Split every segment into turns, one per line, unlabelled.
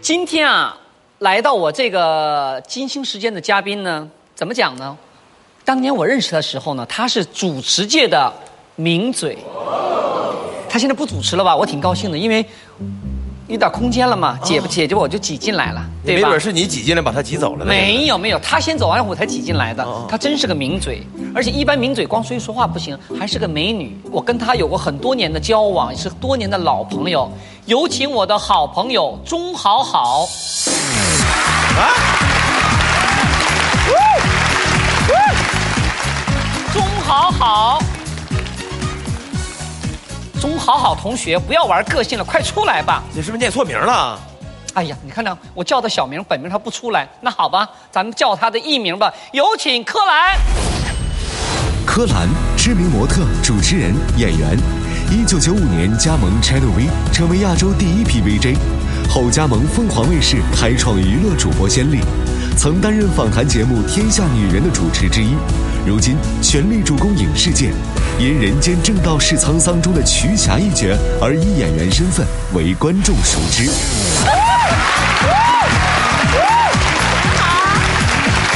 今天啊，来到我这个金星时间的嘉宾呢，怎么讲呢？当年我认识他的时候呢，他是主持界的名嘴。他现在不主持了吧？我挺高兴的，因为有点空间了嘛，解不解决我就挤进来了，对
哦没
吧？
准是你挤进来把他挤走了呢。
没有没有，他先走完我才挤进来的。他真是个名嘴，而且一般名嘴光说一说话不行，还是个美女。我跟他有过很多年的交往，也是多年的老朋友。有请我的好朋友钟好好。钟好好，钟好好同学，不要玩个性了，快出来吧！
你是不是念错名了？啊
哎呀，你看着我叫他小名，本名他不出来，那好吧，咱们叫他的艺名吧。有请柯蓝。
柯蓝，知名模特、主持人、演员。一九九五年加盟 Channel V，成为亚洲第一批 VJ，后加盟凤凰卫视，开创娱乐主播先例。曾担任访谈节目《天下女人》的主持之一，如今全力主攻影视界，因《人间正道是沧桑》中的瞿霞一角而以演员身份为观众熟知。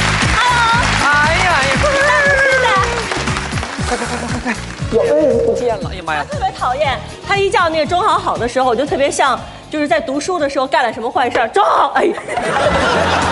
哎呀哎呀，快快快快快快！我们不见了，哎呀妈呀！
特别讨厌他一叫那个钟好好的时候，我就特别像就是在读书的时候干了什么坏事儿，钟好，哎呀，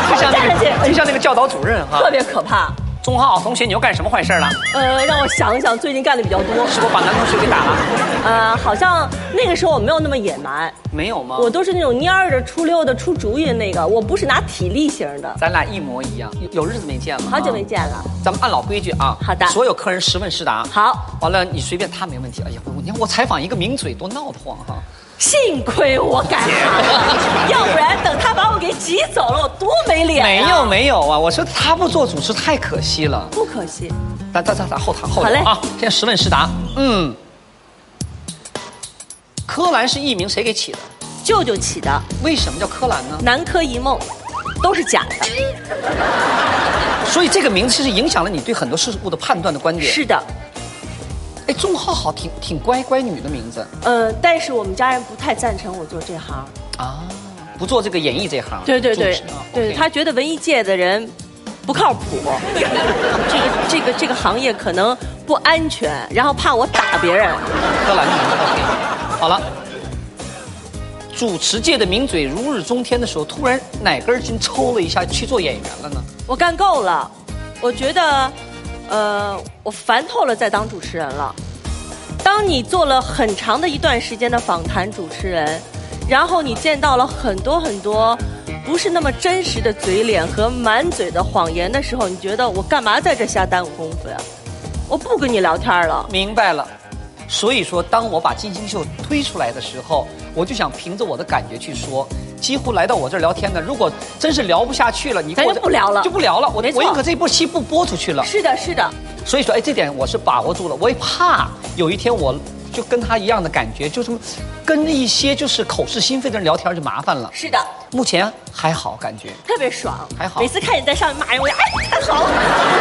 就像
站上去
那个，就像那个教导主任哈
特。别可怕。
钟浩同学，你又干什么坏事了？
呃，让我想想，最近干的比较多。
是我把男同学给打了？
呃，好像那个时候我没有那么野蛮，
没有吗？
我都是那种蔫儿的、出溜的、出主意的那个，我不是拿体力型的。
咱俩一模一样，有有日子没见了啊，
好久没见了，
咱们按老规矩啊，
好的
所有客人实问实答。
好，
完了你随便他没问题。哎呀，我你看我采访一个名嘴多闹得慌哈、
幸亏我改行了，要不然等他把我给挤走了，我多没脸、啊。
没有，没有啊，我说他不做主持太可惜了。
不可惜。
咱咱咱咱后谈后
好嘞
聊啊，现在实问实答。嗯，柯蓝是艺名，谁给起的？
舅舅起的
为什么叫柯蓝呢？
南柯一梦，都是假的。
所以这个名字其实影响了你对很多事物的判断的观点。
是，的，
哎，钟浩好挺挺乖乖女的名字
呃，但是我们家人不太赞成我做这行。哦
啊，不做这个演艺这行。
对对对
主持啊，
对
OK
他觉得文艺界的人不靠 谱，这个这个这个行业可能不安全，然后怕我打别人。
柯蓝的名字 OK。好了，主持界的名嘴如日中天的时候，突然哪根筋抽了一下去做演员了呢？
我干够了，我觉得，呃，我烦透了再当主持人了。当你做了很长的一段时间的访谈主持人，然后你见到了很多很多不是那么真实的嘴脸和满嘴的谎言的时候，你觉得我干嘛在这瞎耽误功夫呀？我不跟你聊天了。
明白了。所以说，当我把金星秀推出来的时候，我就想凭着我的感觉去说。几乎来到我这儿聊天的，如果真是聊不下去了，你
咱
跟我
就不聊了
就不聊了。我
没错
我宁可这部戏不播出去了。
是的，是的，
所以说，哎，这点我是把握住了。我也怕有一天我就跟他一样的感觉，就是跟一些就是口是心非的人聊天就麻烦了。
是的，
目前还好，感觉
特别爽，
还好
每次看你在上面骂人，我就哎，太好了，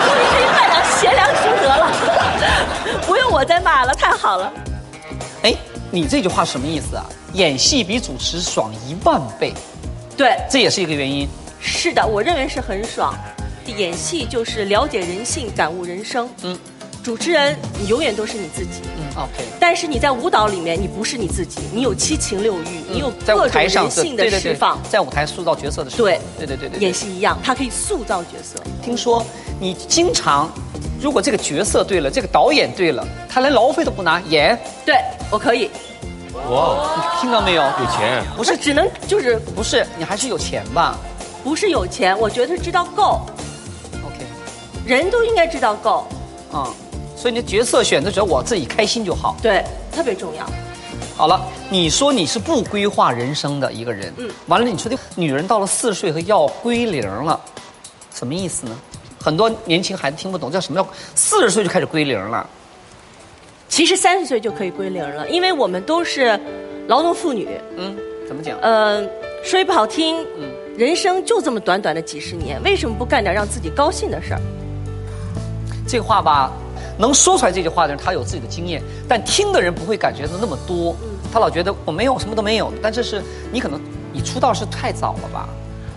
终于可以换上贤良淑德了，不用我再骂了，太好了。
哎，你这句话什么意思啊？演戏比主持爽一万倍，
对，
这也是一个原因。
是的，我认为是很爽。演戏就是了解人性，感悟人生。
嗯
嗯，主持人你永远都是你自己，
嗯，OK。
但是你在舞蹈里面你不是你自己，你有七情六欲，你有
嗯在舞
各种
台上
人
是
性的释
对
放
对。对，在舞台塑造角色的时候，
对
对对对对。
演戏一样，它可以塑造角色。
听说你经常，如果这个角色对了，这个导演对了，他连劳费都不拿，演，
对我可以，
哇，
你听到没有？
有钱！
不是
只能就是
不是，你还是有钱吧
不是有钱，我觉得是知道够，
？OK，
人都应该知道够。
嗯，所以你的角色选择只要我自己开心就好。
对，特别重要。
好了，你说你是不规划人生的一个人，嗯
嗯，
完了你说的女人到了四十岁和要归零了，什么意思呢？很多年轻孩子听不懂，叫什么叫四十岁就开始归零了？
其实三十岁就可以归零了，因为我们都是劳动妇女。
嗯，怎么讲？
呃，说一不好听，
嗯
人生就这么短短的几十年，为什么不干点让自己高兴的事儿？
这话吧，能说出来这句话的人，他有自己的经验，但听的人不会感觉到那么多。他老觉得我没有，我什么都没有。但这是你可能你出道是太早了吧？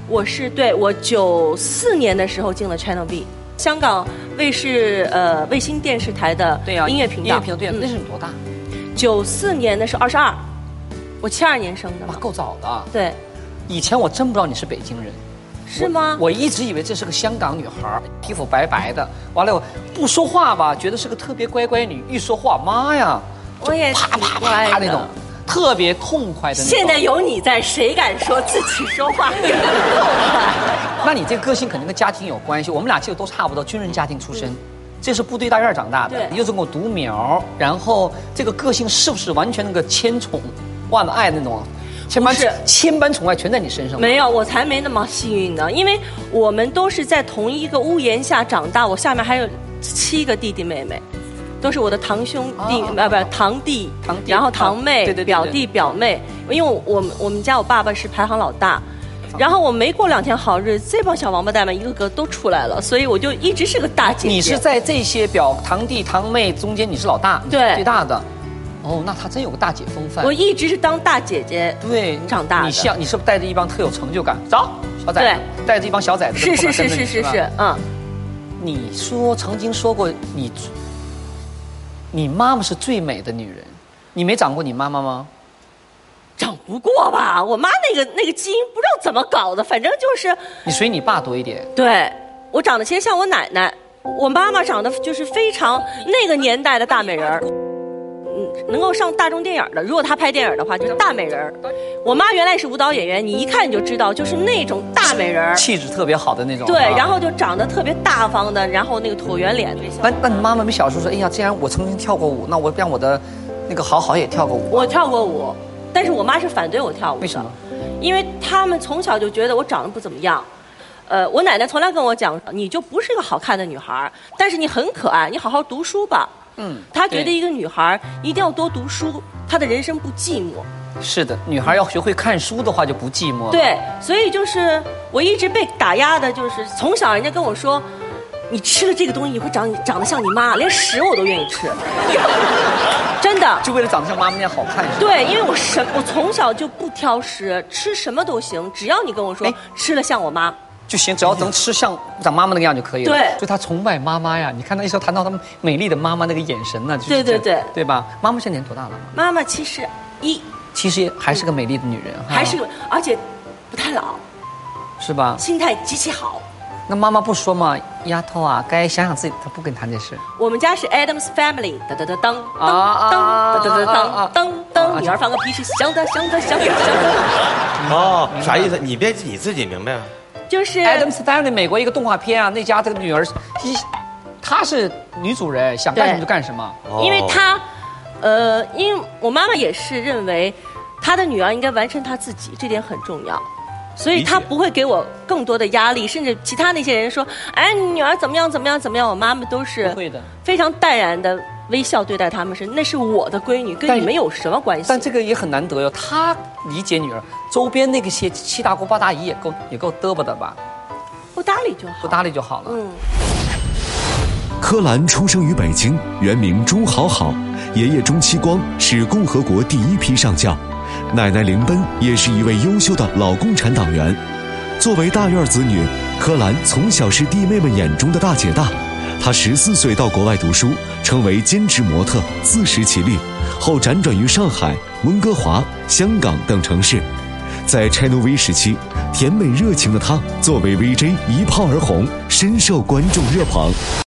我是对我九四年的时候进了 Channel V，香港卫视呃卫星电视台的
对呀、
啊
啊
音乐频道。嗯
音乐频道对呀、那是你多大？
九四年的是二十二，我七二年生的
哇，
嘛。
够早的。
对，
以前我真不知道你是北京人，
是吗？
我一直以为这是个香港女孩儿，皮肤白白的，完了我不说话吧，觉得是个特别乖乖女，一说话妈呀，
我也
啪啪啪啪那种，特别痛快的那种。
哎现在有你在，谁敢说自己说话 有痛
那
快？
你这个个性肯定跟家庭有关系。我们俩其实都差不多，军人家庭出身，这是部队大院长大的
对，
你又是我独苗，然后这个个性是不是完全那个千宠万爱那种啊？千般
不是
千般宠爱全在你身上吗，
没有，我才没那么幸运呢，因为我们都是在同一个屋檐下长大，我下面还有七个弟弟妹妹。都是我的堂兄弟，
啊
呃、不，堂弟，
堂弟哦
然后堂妹，
对对对对
表弟表妹。因为我我们我们家我爸爸是排行老大，
哦
然后我没过两天好日，子，这帮小王八蛋们一个个都出来了，所以我就一直是个大姐姐。
你是在这些表堂弟堂妹中间，你是老大，你是
对
最大的。哦，那他真有个大姐风范
我。一直是当大姐姐，
对，
长大的
你像你是不是带着一帮特有成就感？走，小崽子，带着一帮小崽子，后
是是
面
是
跟着
是
你
是
吧
是，嗯，
你说曾经说过你，你妈妈是最美的女人，你没长过你妈妈吗？
长不过吧？我妈那个那个基因不知道怎么搞的，反正就是，
你随你爸多一点，
对我长得其实像我奶奶，我妈妈长得就是非常那个年代的大美人儿。嗯，能够上大众电影的，如果她拍电影的话，就是大美人儿。我妈原来是舞蹈演员，你一看你就知道，就是那种大美人儿。
气质特别好的那种。
对，
啊
然后就长得特别大方的，然后那个椭圆脸的。
那那你妈妈没小时候说，哎呀，既然我曾经跳过舞，那我让我的那个好好也跳个舞。
我跳过舞，但是我妈是反对我跳舞的。
为什么？
因为他们从小就觉得我长得不怎么样。呃，我奶奶从来跟我讲，你就不是一个好看的女孩儿，但是你很可爱，你好好读书吧。
嗯
她觉得
对
一个女孩儿一定要多读书，她的人生不寂寞。
是的，女孩要学会看书的话就不寂寞。，
对，所以就是我一直被打压的，就是从小人家跟我说，你吃了这个东西，你会长长得像你妈，连屎我都愿意吃， 真的。
就为了长得像妈妈那样好看。是吧
对，因为我什我从小就不挑食，吃什么都行，只要你跟我说
哎
吃了像我妈。
就行，只要能吃像长妈妈那个样就可以了。
对
就她崇拜妈妈呀，你看她一说谈到她们美丽的妈妈那个眼神呢、就是
对对
这样
对
对吧？妈妈现在年龄多大了？
妈妈其实一
其实也还是个美丽的女人，哈
还是有，而且不太老，
是吧？
心态极其好。
那妈妈不说嘛，丫头啊，该想想自己，她不跟你谈这事。
我们家是 Adams Family，噔噔噔噔
啊啊
噔噔噔
啊啊
噔噔
啊
噔，女儿放个屁是香的香的香的香的，
哦，啥意思？你别你自己明白啊。
就是。
Adams Family 美国一个动画片啊，那家这个女儿，一她是女主人，想干什么就干什么。
哦
因为他，呃，因为我妈妈也是认为，她的女儿应该完成她自己，这点很重要，所以
理解
她不会给我更多的压力，甚至其他那些人说，哎，你女儿怎么样怎么样怎么样，我妈妈都是
不会的
非常淡然的微笑对待他们，是那是我的闺女，跟
但
你们有什么关系？
但这个也很难得哟，她理解女儿，周边那个些七大姑八大姨也够也够嘚啵的吧，
不搭理就好，
不搭理就好了。
嗯。
柯蓝出生于北京，原名钟好好，爷爷钟期光是共和国第一批上将，奶奶林奔也是一位优秀的老共产党员。作为大院子女，柯蓝从小是弟妹们眼中的大姐大。她十四岁到国外读书，成为兼职模特，自食其力，后辗转于上海、温哥华、香港等城市。在 Channel V 时期，甜美热情的她作为 VJ 一炮而红，深受观众热捧。